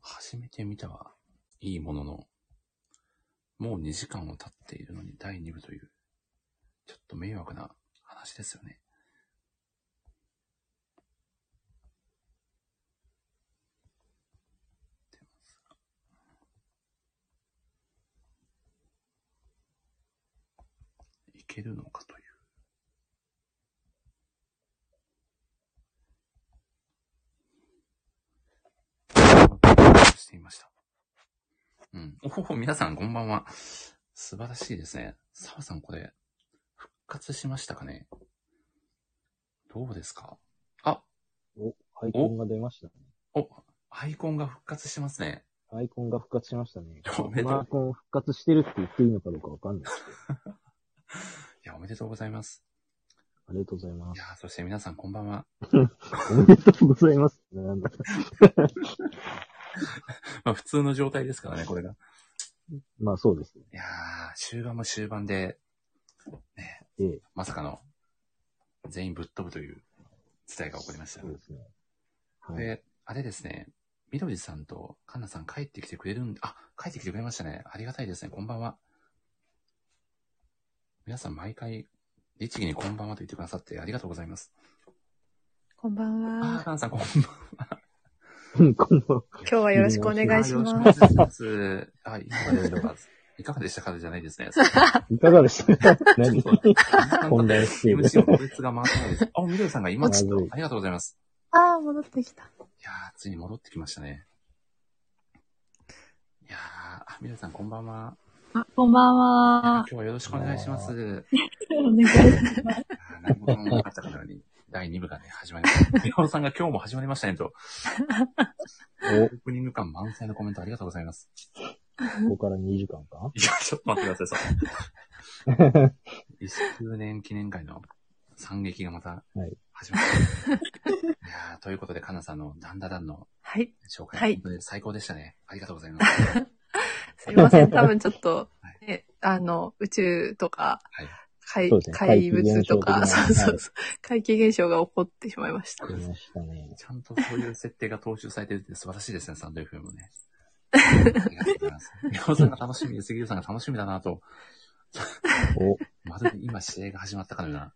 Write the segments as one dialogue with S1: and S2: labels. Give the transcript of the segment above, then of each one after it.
S1: 始めてみたはいいものの、もう2時間を経っているのに第2部という、ちょっと迷惑な話ですよね。いけるのかという。していました。うん。おほほ、皆さんこんばんは。素晴らしいですね。澤さんこれ、復活しましたかねどうですかあ、
S2: お、アイコンが出ましたね。
S1: お、アイコンが復活してますね。
S2: アイコンが復活しましたね。
S1: おめでと
S2: マー
S1: う。
S2: コン復活してるって言っていいのかどうかわ かんないですけど。
S1: いや、おめでとうございます。
S2: ありがとうございま
S1: い
S2: す
S1: や。、そして皆さんこんばんは。
S2: おめでとうございます。 なんだ
S1: まあ、普通の状態ですからね、これが。
S2: まあそうですね。
S1: いやー、終盤も終盤で、ね、
S2: ええ、
S1: まさかの、全員ぶっ飛ぶという事態が起こりました
S2: そ。うですね。はい。
S1: で、あれですね、みどりさんとかんなさん帰ってきてくれるんあ、帰ってきてくれましたね。ありがたいですね。こんばんは。皆さん毎回、律儀にこんばんはと言ってくださってありがとうございます。
S3: こんば
S1: あ
S3: ん
S1: ー、
S3: は。
S1: かんなさんこんばんは。
S2: うんこの、
S3: 今日はよろしくお願いし
S1: あよ
S3: ま
S1: ろ
S3: す。
S1: しくお願いします。はい、いかがでしたかいかがでしたかじゃないですね。
S2: いかがでした 何
S1: 本
S2: 混乱している。
S1: MC の個別が回ってないです。 あ、みどりさんが今、あ
S2: まずい
S1: りがとうございます。
S3: ああ、戻ってきた。
S1: いやー、ついに戻ってきましたね。いやー、あ、みどりさんこんばんは。
S3: あ、こんばん
S1: 今
S3: は。
S1: 日はよろしくお願いし ます。
S3: お願いします。
S1: あー何事もなかったかのように、第2部がね、始まりました。みほさんが今日も始まりましたねと、オープニング感満載のコメントありがとうございます。
S2: お、ここから2時間か
S1: いや、ちょっと待ってください、そう。1周年記念会の惨劇がまた
S2: はい
S1: 始まった。い、やーということで、かなさんのダンダダンの
S3: はい。
S1: 紹介、
S3: はい
S1: 本当に最高でしたね。ありがとうございます。はい
S3: すいません。多分ちょっと、ね、あの、宇宙とか、怪
S2: そうですね
S3: 怪物とか、
S2: 怪
S3: そう
S2: 奇現象的な
S3: そうそう。怪奇現象が起こってしまいました。
S2: 出ましたね。
S1: ちゃんとそういう設定が踏襲されてるって素晴らしいですね、サンド FM も ね。ありがとうございます。みほさんが楽しみで、杉浦さんが楽しみだなと。
S2: お、
S1: まるで今試合が始まったかのような。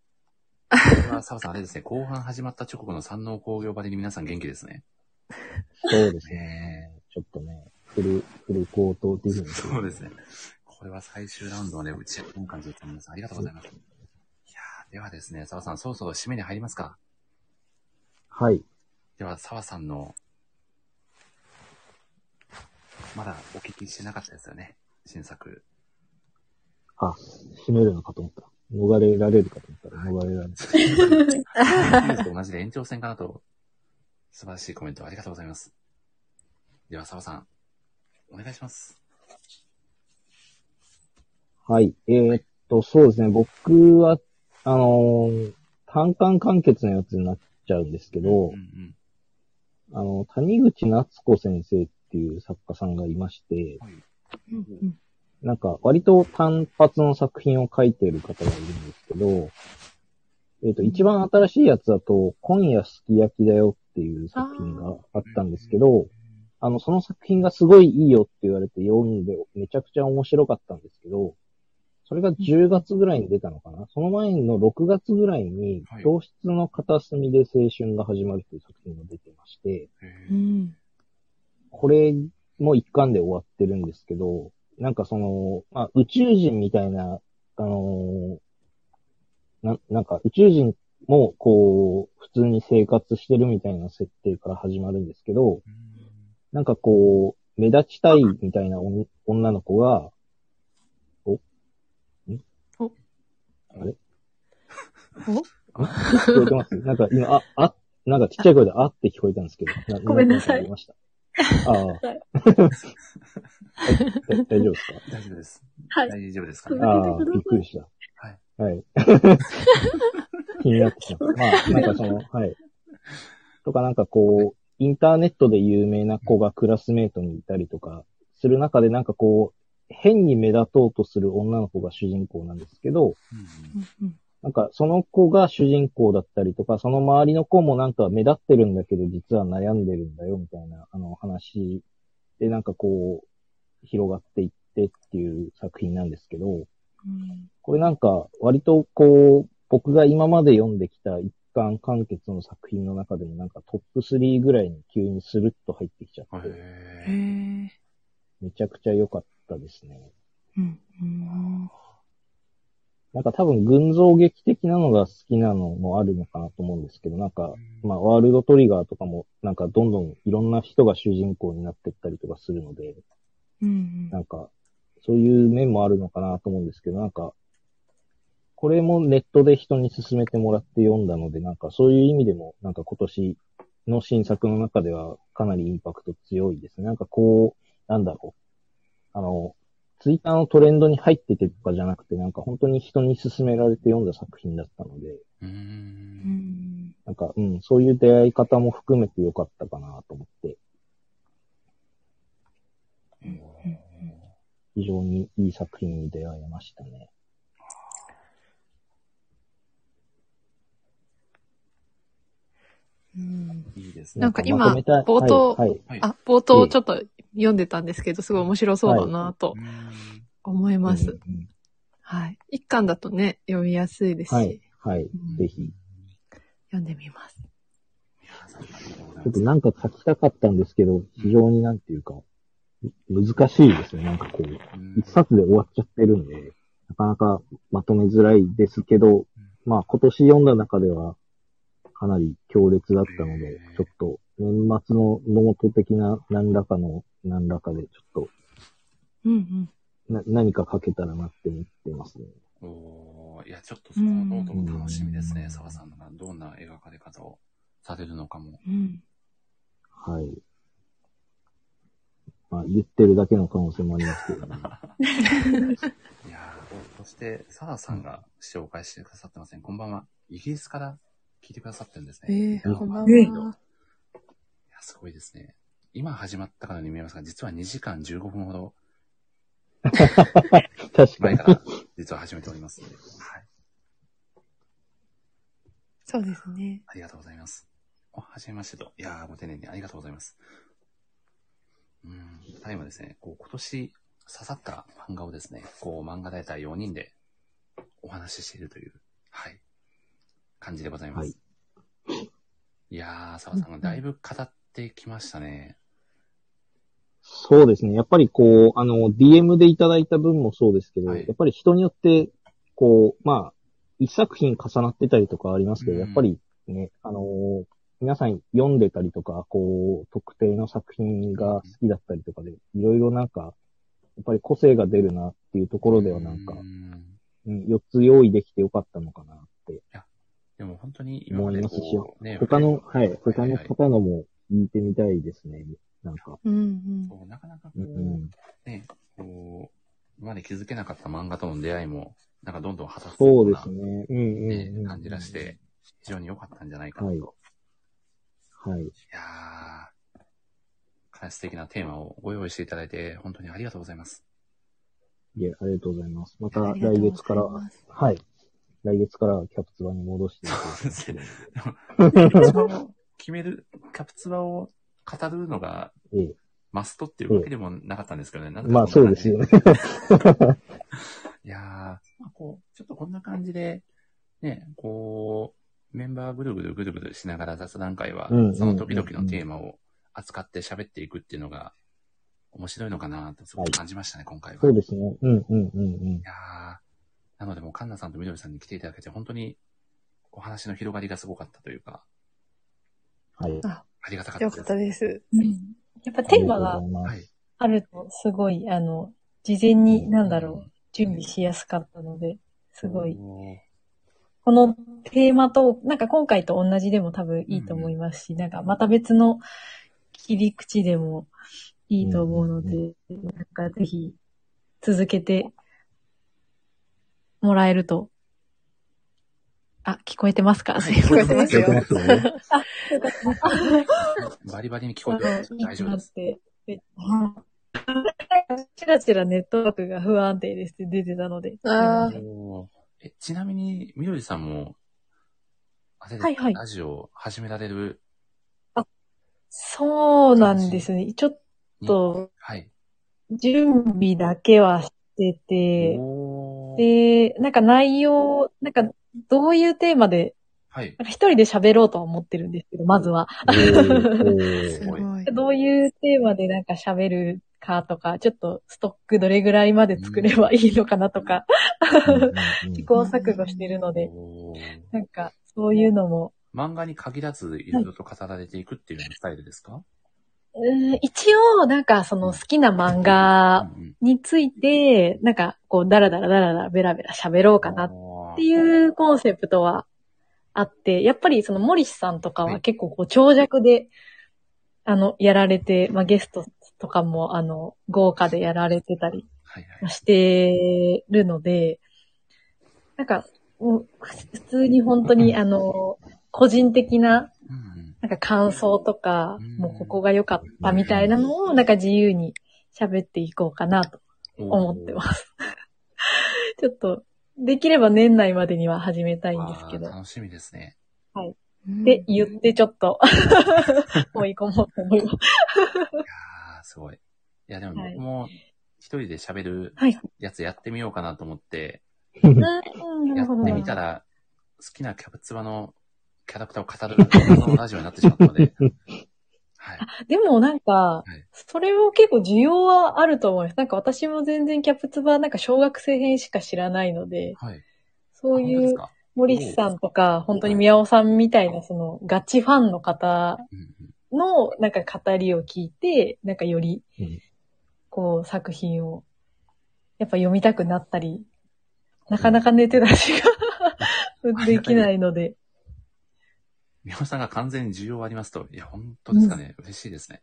S1: これは澤さん、あれですね、後半始まった直後の山王工業場でに皆さん元気ですね。
S2: そうですね。ちょっとね、フル、フル高騰っていうふうに。
S1: そうですね。これは最終ラウンドまで打ち込む感じです。皆さん、ありがとうございます。いやーではですね、澤さん、そろそろ締めに入りますか。
S2: はい。
S1: では、澤さんの、まだお聞きしてなかったですよね。新作。
S2: あ、閉めるのかと思った。逃れられるかと思ったら逃れられない。
S1: ニュースと同じで延長戦かなと、素晴らしいコメントありがとうございます。では、澤さん、お願いします。
S2: はい。えーっと、そうですね。僕は、あのー単管完結のやつになっちゃうんですけど、
S1: うんうん
S2: あの、谷口夏子先生っていう作家さんがいまして、
S1: はい
S3: うんうん
S2: なんか、割と単発の作品を書いている方がいるんですけど、えーっと、一番新しいやつだと、今夜すき焼きだよっていう作品があったんですけど、あの、その作品がすごいいいよって言われて読んで、めちゃくちゃ面白かったんですけど、それが10月ぐらいに出たのかなその前の6月ぐらいに
S1: はい、
S2: 教室の片隅で青春が始まるという作品が出てまして、
S1: へ
S3: う
S1: ー
S3: ん。
S2: これも一巻で終わってるんですけど、なんかその、まあ、宇宙人みたいな、あのーな、なんか宇宙人もこう、普通に生活してるみたいな設定から始まるんですけど、なんかこう、目立ちたいみたいな女女の子が、おん
S3: お
S2: あれ
S3: お
S2: 聞こえてますなんか今、あ、あ、なんかちっちゃい声であって聞こえたんですけど。
S3: ごめんなさ
S2: か
S3: い
S2: ありました。ああ。 はい大大丈夫ですか
S1: 大丈夫です。
S3: はい
S1: 大丈夫ですか
S3: 続けてくだ
S1: ね。
S2: ああ、
S3: さい
S2: びっくりした。
S1: はい。
S2: はい。 気になってきました。まあ、なんかその、はい。とかなんかこう、インターネットで有名な子がクラスメートにいたりとかする中でなんかこう、変に目立とうとする女の子が主人公なんですけ
S1: う
S2: ど、
S1: ん
S3: うんうん
S2: なんかその子が主人公だったりとか、その周りの子もなんか目立ってるんだけど実は悩んでるんだよみたいなあの話で、なんかこう、広がっていってっていう作品なんですけど、
S3: うん
S2: これなんか、割とこう、僕が今まで読んできた一巻完結の作品の中でもなんかトップ3ぐらいに急にスルッと入ってきちゃって、
S1: へ
S3: へ
S1: ー
S3: え。
S2: めちゃくちゃ良かったですね。
S3: うん。うん
S2: なんか多分群像劇的なのが好きなのもあるのかなと思うんですけど、なんか、まあワールドトリガーとかもなんかどんどんいろんな人が主人公になってったりとかするので、
S3: うん
S2: なんか、そういう面もあるのかなと思うんですけど、なんか、これもネットで人に勧めてもらって読んだので、なんかそういう意味でも、なんか今年の新作の中ではかなりインパクト強いですね。なんかこう、なんだろう。あの、ツイッターのトレンドに入っててとかじゃなくて、なんか本当に人に勧められて読んだ作品だったので、
S1: うー。
S3: うんん。
S2: なんか、うん、そういう出会い方も含めて良かったかなと思って、
S3: うん
S2: 非常にいい作品に出会えましたね。
S3: うん
S1: いいですね
S3: なん。か今
S2: まとめたい
S3: 冒頭
S2: はいはい
S1: はい
S3: あ、冒頭ちょっと読んでたんですけど、すごい面白そうだなと
S1: うーん
S3: 思います。
S2: うんうん
S3: はい。一巻だとね、読みやすいですし、
S2: はい、はい、
S3: ん
S2: ぜひ。
S3: 読んでみます。
S1: ありがとうござい
S2: ちょ
S1: ま
S2: っと
S1: す
S2: なんか書きたかったんですけど、非常になんていうか、難しいですね。なんかこう、
S1: うん
S2: 一冊で終わっちゃってるんで、なかなかまとめづらいですけど、まあ今年読んだ中では、かなり強烈だったので、ちょっと年末のノート的な何らかの何らかで、ちょっ
S3: うんうん。
S2: とな何か書けたらなって思ってますね。
S1: おーいや、ちょっとそのノートも楽しみです
S2: う
S1: ね。
S2: ん
S1: 澤さんがどんな描かれ方をされるのかも。
S3: うん。
S2: はい。まあ言ってるだけの可能性もありますけどね。
S1: いやーそして、澤さんが紹介してくださってません。こんばんは。イギリスから聞いてくださってるんですね。
S3: ええ
S1: いや
S3: こんばん
S1: いや
S3: は。
S1: すごいですね。今始まったからに見えますが、実は2時間15分ほど
S2: 確か
S1: 前
S2: に。
S1: から実は始めておりますので、はい。
S3: そうですね。
S1: ありがとうございます。お、はじめましてと。いやー、ご丁寧にありがとうございます。うん、ただいまですね、こう、今年刺さった漫画をですね、こう、漫画大体4人でお話ししているという、はい、感じでございます。
S2: はい
S1: い、やー、沢さんがだいぶ語ってきましたね。
S2: そうですね。やっぱりこう、あの、DM でいただいた分もそうですけど、
S1: はい
S2: やっぱり人によって、こう、まあ、一作品重なってたりとかありますけど、
S1: うん
S2: やっぱりね、あのー皆さん読んでたりとか、こう、特定の作品が好きだったりとかで、いろいろなんか、やっぱり個性が出るなっていうところではなんか
S1: う、ん
S2: うん、4つ用意できてよかったのかなって。
S1: でも本当に今まで
S2: 思いま
S1: こう、ね、
S2: 他の、はいい、他の方のも聞いてみたいですね。なんか、
S3: うんうん。
S1: こうなかなかこ
S2: う
S1: う、
S2: ん、
S1: ね、こう、今まで気づけなかった漫画との出会いも、なんかどんどん果たすよ
S2: そ
S1: う
S2: うで
S1: な
S2: すね。うん、
S1: ね
S2: うん。
S1: 感じらして。、非常に良かったんじゃないかなと。
S2: はい
S1: い、
S2: はい。
S1: やー、かなり素敵なテーマをご用意していただいて、本当にありがとうござい ます。
S2: いえ、ありがとうございます。また
S3: あ
S2: 来
S3: りがとうございま
S2: 月
S3: す
S2: から、はい。来月からはキャプツバに戻していただ
S1: そうです
S2: いて
S1: ね。 キャプツバを決める、キャプツバを語るのが
S2: ええ、
S1: マストっていうわけでもなかったんですけどね。なんか
S2: まあそうですよね。
S1: いやー、まあこう、ちょっとこんな感じで、ね、こう、メンバーぐるぐるぐるぐるしながら雑談会は
S2: うんうんうんう、ん
S1: その時々のテーマを扱って喋っていくっていうのが面白いのかなとすごく感じましたね、今回は。
S2: そう
S1: い
S2: ですね。うんうんうんうん。
S1: やーなのでもうカンナさんとみどりさんに来ていただけて、本当にお話の広がりがすごかったというか、
S2: はい。
S1: ありがたかった
S3: よかったです。
S4: うんやっぱテーマが
S2: ありとうございま
S1: は
S2: す
S1: い。
S4: あると、すごい、あの、事前に、なんだろう、準備しやすかったので、すごい。
S1: おー。
S4: このテーマと、なんか今回と同じでも多分いいと思いますし、なんかまた別の切り口でもいいと思うので、なんかぜひ続けてもらえると。あ、 聞こえてますかすいま
S3: 聞こえてますよ
S2: 聞こえてますよ ね
S1: バリバリに聞
S4: あ
S1: こえてます
S4: の、
S1: 大丈夫です。
S4: いいなって。えチラチラネットワークが不安定ですって出てたので。
S3: あー
S1: おーえちなみに、みどりさんも、あれですか
S4: はいはい
S1: ラジオ始められる
S4: そうなんですね。ちょっと、
S1: はい。
S4: 準備だけはしてて、
S1: おー
S4: で、なんか内容、なんかどういうテーマで、
S1: はい。
S4: なんか一人で喋ろうとは思ってるんですけど、まずは。
S2: おーおー
S1: すごい
S4: どういうテーマでなんか喋るかとか、ちょっとストックどれぐらいまで作ればいいのかなとか、
S2: うんうんうん
S4: 試行錯誤してるので、
S1: おー
S4: なんかそういうのも、
S1: 漫画に限らず、いろいろと語られていくっていうようなスタイルですか、
S4: うん一応なんかその好きな漫画
S1: うんうん
S4: について、なんかこうダラダラダラダラベラベラ喋ろうかなっていうコンセプトはあって、やっぱりその森氏さんとか
S1: は
S4: はい結構こう長尺で、あの、やられて、まあゲストとかもあの、豪華でやられてたり
S1: はいはい。
S4: してるので、なんか、もう普通に本当にあの、個人的な
S1: うんうん
S4: なんか感想とか
S1: うん、
S4: もうここが良かったみたいなのを、なんか自由に喋っていこうかなと思ってます。 ちょっと、できれば年内までには始めたいんですけ
S1: あー
S4: ど、
S1: 楽しみですね。
S4: で、言ってちょ っと、追い込もうと思いま
S1: いやー、
S4: す。
S1: すごい。いや、でも
S4: はい
S1: 僕も一人で喋る
S4: はい。
S1: やつやってみようかなと思って、
S4: うん、な
S1: や
S4: るほど
S1: って
S4: な。
S1: みたら、好きなキャプツバのキャラクターを語る謎のラジオになってしまったの で、はい。
S4: でもなんか
S1: い、
S4: それも結構需要はあると思います。なんか私も全然キャプツバなんか小学生編しか知らないので、
S1: はい。
S4: そう
S1: あ本当
S4: い
S1: で
S4: う
S1: すか
S4: 森氏さんとか、本当に宮尾さんみたいな、その、ガチファンの方
S1: うんうん
S4: の、なんか語りを聞いて、なんかより
S2: うん、
S4: こう、作品を、やっぱ読みたくなったり、なかなか寝てたしが、 できないので、
S1: 宮本さんが完全に需要ありますと、いや、本当ですかね。嬉しいですね。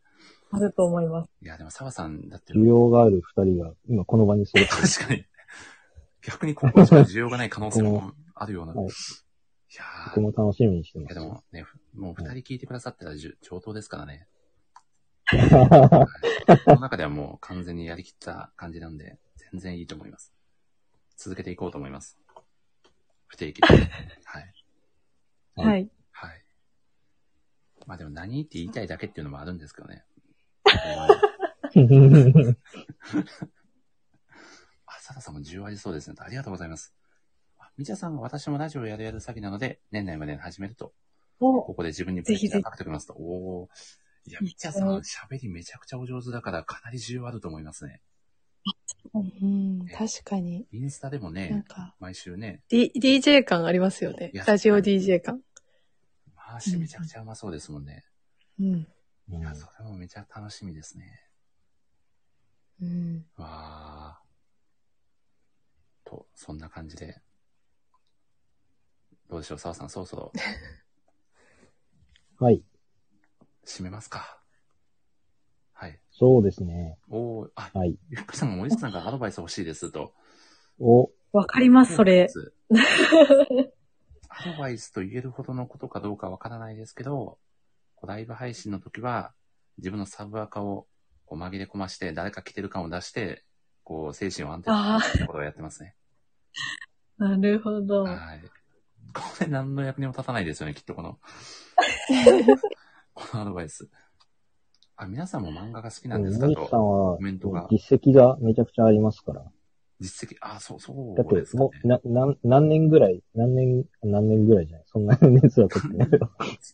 S4: あると思います。
S1: いや、でも澤さんだって、
S2: 需要がある二人が、今この場に揃ってる。
S1: 確かに。逆にここにしか需要がない可能性もあるような。い
S2: はい
S1: やー
S2: 僕も楽しみにしてま
S1: いや
S2: す。
S1: で もね、ふもう二人聞いてくださってたらじゅ上等ですからね。はいこの中ではもう完全にやりきった感じなんで、全然いいと思います。続けていこうと思います。不定 期で。はい。
S2: はい
S4: はい。
S1: はい。まあでも何って言いたいだけっていうのもあるんですけど ね。あ、サダさんも10ありそうですね。ありがとうございます。あみちゃさんが私もラジオやるやる詐欺なので、年内までに始めると、
S4: お
S1: ここで自分にプレッシャ
S4: ぜひぜ
S1: ー
S4: ひ
S1: かけておきますと。おおー。いや、みちゃさん、喋りめちゃくちゃお上手だから、かなり需要あると思いますね。
S3: うん、確かに。
S1: インスタでも
S3: なん
S1: ね、
S3: か、
S1: 毎週ね、
S3: D、DJ 感ありますよね
S1: いや。
S3: ラジオ DJ 感。
S1: 回しめちゃくちゃうまそうですもんね。
S3: うん。
S2: うん
S1: いや、それもめちゃ楽しみですね。
S3: うん。
S1: わー。と、そんな感じで。どうでしょう、澤さん、そろそろ
S2: はい。
S1: 締めますか。はい。
S2: そうですね。
S1: おー、あ、
S2: はい。
S1: ゆっくさんが森下さんからアドバイス欲しいですと。
S2: お、
S4: わかります、それ。。
S1: アドバイスと言えるほどのことかどうかわからないですけど、こうライブ配信の時は、自分のサブアカをこう紛れ込まして、誰か来てる感を出して、こう、精神を安定させるってことをやってますね。
S4: なるほど。
S1: はい。これ何の役にも立たないですよね、きっと この。このアドバイス。あ、皆さんも漫画が好きなんですか
S2: 森内さ
S1: と。
S2: んは
S1: コメントが、
S2: 実績がめちゃくちゃありますから。
S1: 実績、あ、そう、そ
S2: だっ
S1: うです
S2: て、
S1: か
S2: も
S1: ね。
S2: う、な、なん、何年ぐらい、何年、何年ぐらいじゃないそんな年数は経ってない。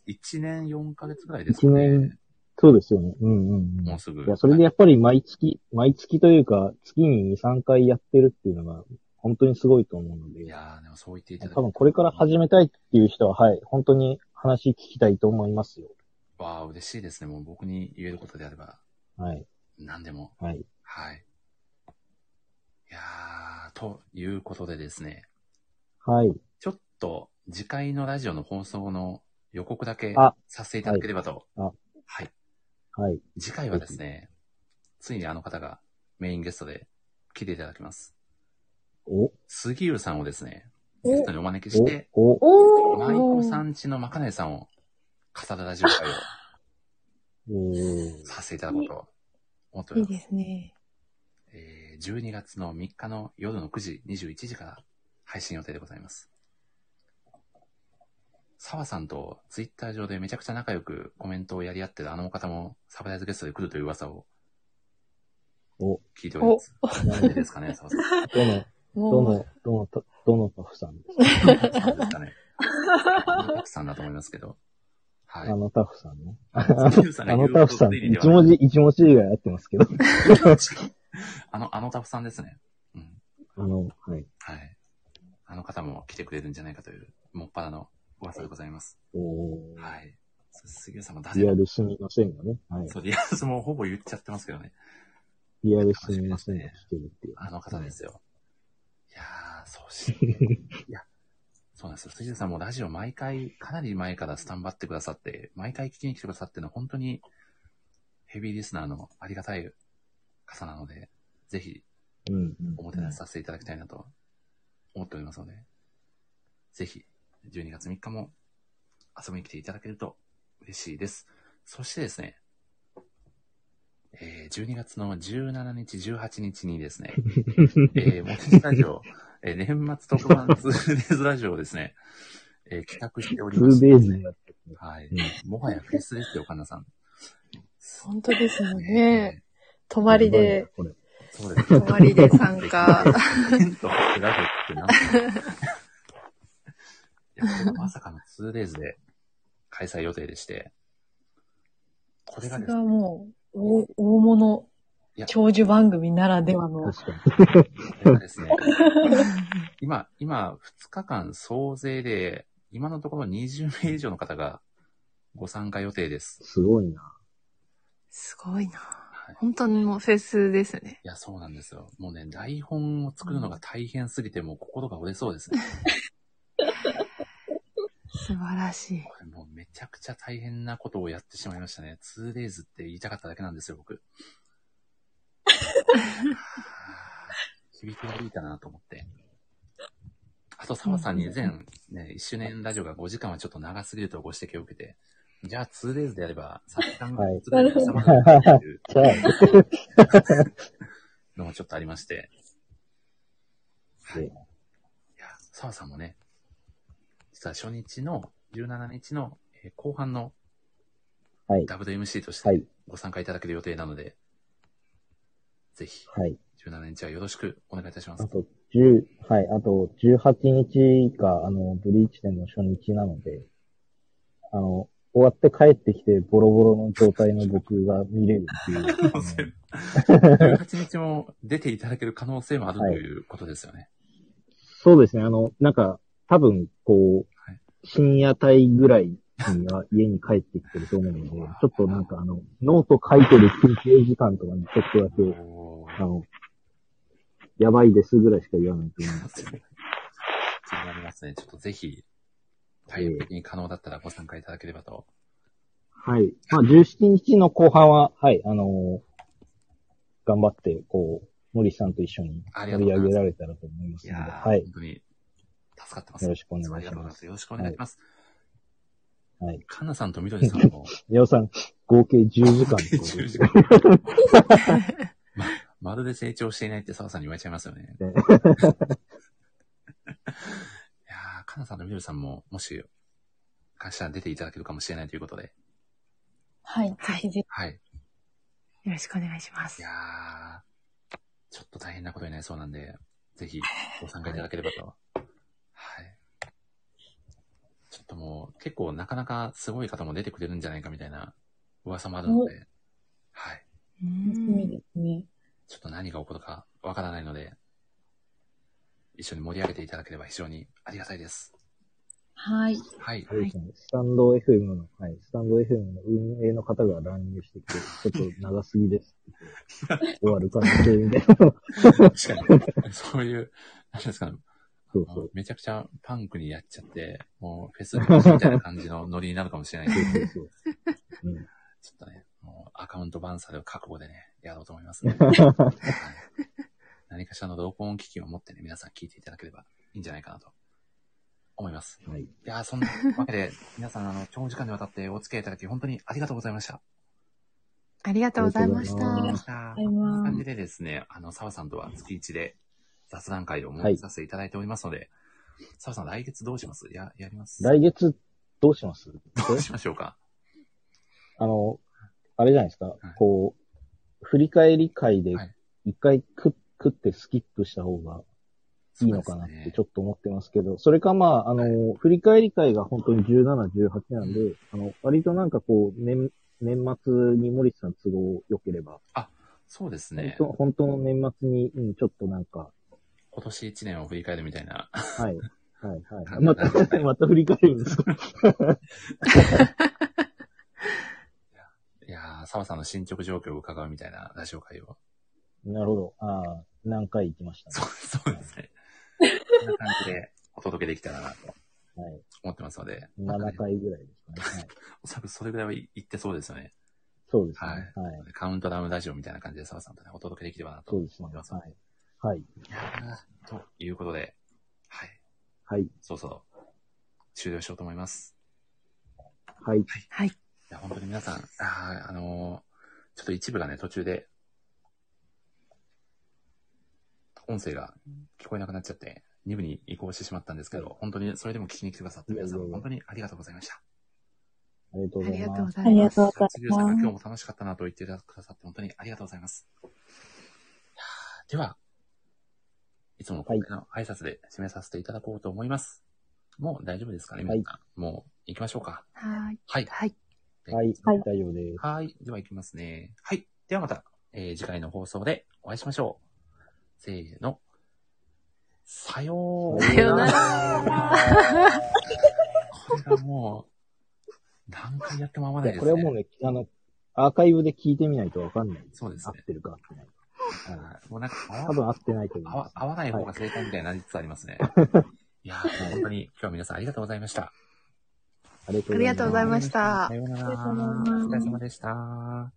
S1: 1年4ヶ月ぐらい ですか
S2: 一
S1: ね
S2: 年。そうですよね。うんうんう。
S1: もうんすぐ。
S2: いや、それでやっぱり毎月、毎月というか、月に2、3回やってるっていうのが、本当にすごいと思うの
S1: い
S2: で、
S1: やー、でもそう言っていただけ
S2: 多分これから始めたいっていう人は、はい、本当に話聞きたいと思いますよ。
S1: わあ、嬉しいですね。もう僕に言えることであれば、
S2: はい、
S1: 何でも。
S2: はい。
S1: はい。いやー、ということでですね、
S2: はい。
S1: ちょっと次回のラジオの放送の予告だけ
S2: あ
S1: させていただければと。
S2: はいあ
S1: はい。
S2: はい。
S1: 次回はですね、ついにあの方がメインゲストで来ていただきます。
S2: お、
S1: 杉浦さんをですね、
S4: お
S1: ゲストにお招きして、
S2: お、お、
S4: お
S1: 舞妓さんちのまかないさんを語るラジオ会を
S2: え
S1: させていただこうと思ってお
S3: い
S1: り
S3: い
S1: ます。
S3: ですね。
S1: えー12月の3日の夜の9時、21時から配信予定でございます。澤さんとツイッター上でめちゃくちゃ仲良くコメントをやり合ってるあのお方もサプライズゲストで来るという噂を
S2: お、
S1: 聞いております。何ですかね、澤 さん。
S2: どの、ど
S4: もう、
S2: の、どのと、どのパフさんです
S1: そうですかね。たくさんだと思いますけど。は
S2: か
S1: い。
S2: あのタフさんね。
S1: あ
S2: あのタフさん、一文字、一文字以外合ってますけど。
S1: あの、あのタフさんですね。うん。
S2: あの、はい。
S1: はい。あの方も来てくれるんじゃないかという、もっぱらの噂でございます。
S2: おー
S1: はい。杉浦さんも誰
S2: リアルすみませんがね。はい。
S1: そう、リアルスもうほぼ言っちゃってますけどね。
S2: リアルすみませんがしてるっていう。
S1: あの方ですよ。いやー、そうし、 いや、そうなんですよ。杉浦さんもラジオ毎回、かなり前からスタンバってくださって、毎回聞きに来てくださってるのは本当にヘビーリスナーのありがたい方なので、ぜひ
S2: うん。うん
S1: おもてなしさせていただきたいなと思っておりますので、ぜひ12月3日も遊びに来ていただけると嬉しいです。そしてですね、えー12月の17日、18日にですね、 えー、モテラジオ、えー年末特番 2days ラジオをですね、えー企画しており
S2: ツ
S1: ま
S2: ー
S1: す。
S2: デイズになってる。
S1: はい。
S2: う
S1: もはやフェスですよ、神田さん。
S3: 本当ですよ
S1: え
S3: ね。泊まりで、
S2: これ。
S1: そうです。
S3: 泊まりで参加。
S1: テントってラジオってなんだいや、これがまさかの 2days で開催予定でして、これが
S4: それ
S1: です
S4: が
S1: ね、
S4: もう、大大物
S1: いや、
S4: 長寿番組ならではの、
S2: 確かに。
S1: これがですね、今、今、2日間総勢で、今のところ20名以上の方がご参加予定です。
S2: すごいな。
S3: すごいな。
S1: はい、い
S3: 本当にもうフェスですね。
S1: や、そうなんですよ。もうね、台本を作るのが大変すぎて、もう心が折れそうですね。
S3: 素晴らしい。
S1: これもうめちゃくちゃ大変なことをやってしまいましたね。2days って言いたかっただけなんですよ、僕。響きがいいかなと思って。あと、澤さんに以前、ね、1周年ラジオが5時間はちょっと長すぎるとご指摘を受けて、じゃあ 2days でやれば3時間
S2: はい
S1: ずら収まるなっていう
S2: じゃあ、
S1: のもちょっとありまして。はい。いや、澤さんもね、実は初日の17日の、えー後半の
S2: はい。
S1: WMC とし
S2: は
S1: て
S2: い。
S1: ご参加いただける予定なので、ぜひ
S2: はい。
S1: 17日はよろしくお願いいたします。
S2: あ
S1: は
S2: と、10、はい。あと、18日が、あの、ブリーチ展の初日なので、あの、終わって帰ってきて、ボロボロの状態の僕が見れるっていう。
S1: 能性も18日も出ていただける可能性もあると
S2: はい
S1: いうことですよね。
S2: そうですね。あの、なんか、多分、こ、
S1: はいう
S2: 深夜帯ぐらいには家に帰ってきてると思うので、ちょっとなんかあの、ノート書いてる休憩時間とかにちょっとだけ、
S1: おー
S2: あ の、やばいですぐらいしか言わないと思います。
S1: 気になりますね。ちょっとぜひ、体力的に可能だったらご参加いただければと。
S2: はい。まあ、17日の後半は、はい、あの頑張って、こう、森さんと一緒に
S1: ありがと
S2: 盛
S1: う
S2: り
S1: ございます
S2: 上げられたらと思います
S1: い
S2: の
S1: や
S2: で、
S1: ー、
S2: はい
S1: 本。当に助かってます。
S2: よろしくお願いします
S1: ありがとうございます。よろしくお願いします。
S2: はい。
S1: カンナさんとみどりさんも、
S2: 皆さん、合計10時間って こと
S1: 10
S2: で
S1: 時
S2: す
S1: 間ままるで成長していないって澤さんに言われちゃいますよね。 い
S2: ね
S1: やー、かなさんとみどりさんも、もし、会社出ていただけるかもしれないということで。
S4: はい、ぜひぜ
S1: はい。
S3: よろしくお願いしま
S1: い
S3: す
S1: や。ー、ちょっと大変なことになりそうなんで、ぜひご参加いただければと。はい。ちょっともう、結構なかなかすごい方も出てくれるんじゃないかみたいな噂もあるので、はい。
S3: う
S4: ひ、楽しみ
S3: ん
S4: ですね。
S1: ちょっと何が起こるかわからないので、一緒に盛り上げていただければ非常にありがたいです。
S4: はい。
S1: はい。
S2: そうですねスタンド FM の、はい、スタンド FM の運営の方が乱入してきて、ちょっと長す ぎですって言って。終わる可能性みたいな。
S1: 確かに。そういう、なんですかね。
S2: そう
S1: も
S2: そうう。
S1: めちゃくちゃパンクにやっちゃって、もうフェスみたいな感じのノリになるかもしれないけ
S2: そ
S1: ど
S2: う そうそう。うん、
S1: ちょっとね、もうアカウントバンサルを覚悟でね、やろうと思い ます、ねはい何かしらの録音機器を持ってね、皆さん聞いていただければいいんじゃないかなと思います。
S2: はい。
S1: いやーそんなわけで、皆さん、あの、長時間にわたってお付き合いいただき、本当にありがとうございました。
S3: ありがとうございまし
S2: ありがとうござい
S3: た
S2: ま。
S1: した。
S4: あり
S1: こ
S4: がとうございます
S1: んな感じでですね、あの、澤さんとは月1で雑談会を設けさせていただいておりますので、澤、さん来月どうしますや、やります。
S2: 来月、どうします
S1: どうしましょうか
S2: あの、あれじゃないですか。こう、振り返り会で、
S1: はい
S2: 一回く食ってスキップした方がいいのかなってちょっと思ってますけど、そ,、れかまあ、あの、振り返り会が本当に17、18なんで、あの、割となんかこう、年、年末に森田さん都合良ければ、
S1: そうですね。
S2: 本当本当の年末に、うん、ちょっとなん か、
S1: 今年1年を振り返るみたい な。
S2: はい、はい、はい。また、 また振り返るんですか
S1: いやー、澤さんの進捗状況を伺うみたいなラジオ会を。
S2: なるほど。 ああ、何回行きました
S1: そう、そうですね。こんな感じでお届けできたらなと
S2: ね。はい。
S1: 思ってますので、なんかね
S2: 7回ぐらいですかね。はい。
S1: おそらくそれぐらいはい行ってそうですよね。
S2: そうですね。
S1: はい
S2: はい。
S1: カウントダウンラジオみたいな感じで澤さんとね、お届けできればなと
S2: そう
S1: 思い
S2: ですね。は
S1: ます。
S2: い。はい。
S1: ということで、はい。
S2: はい。
S1: そろそろ終了しようと思います。
S2: はい。
S3: はい。
S1: いや、本当に皆さん、あーあのーちょっと一部がね、途中で、音声が聞こえなくなっちゃって、二部に移行してしまったんですけど、本当にそれでも聞きに来てくださった皆さ
S2: いやいやい
S1: ん、
S2: や
S1: 本当にありがとうございました。
S2: ありがとう
S3: あ
S2: ござ
S3: り
S2: い
S3: がとう
S2: ます。
S3: ござ
S4: あ
S3: い
S4: り
S3: ま
S4: が
S3: す。
S4: とうございます
S1: 杉浦さんが今日も楽しかったなと言ってくださって、本当にありがとうございます。いやーでは、いつものこれの挨拶で締めさせていただこうと思います。もう大丈夫ですかね、皆
S2: はい
S1: さん。もう行きましょうか。
S3: はい。
S1: はい。
S3: は
S2: は
S3: い。
S2: い。
S4: はい
S2: 大丈夫です。
S1: はい。では行きますね。はい。ではまた、えー次回の放送でお会いしましょう。せーの。さよう
S3: さようなら
S2: ら。
S1: これがもう、何回やっても合わないです
S2: こ
S1: ね。
S2: れはもうね、あの、アーカイブで聞いてみないとわかんない。
S1: そうです
S2: 合っ
S1: ね。
S2: てるか合ってないか。はい
S1: もうなんか合
S2: 多
S1: わ、
S2: 分合ってないと思い
S1: 合
S2: ま
S1: わ
S2: す。
S1: 合わない方が正解みたいになりつつあります ね。いやー、もう本当に今日は皆さんありがとうございました。
S2: ありがと
S3: ありがとうございました
S1: さようなら。お
S4: ありがとうございま
S1: 疲
S4: す
S1: れ様でした。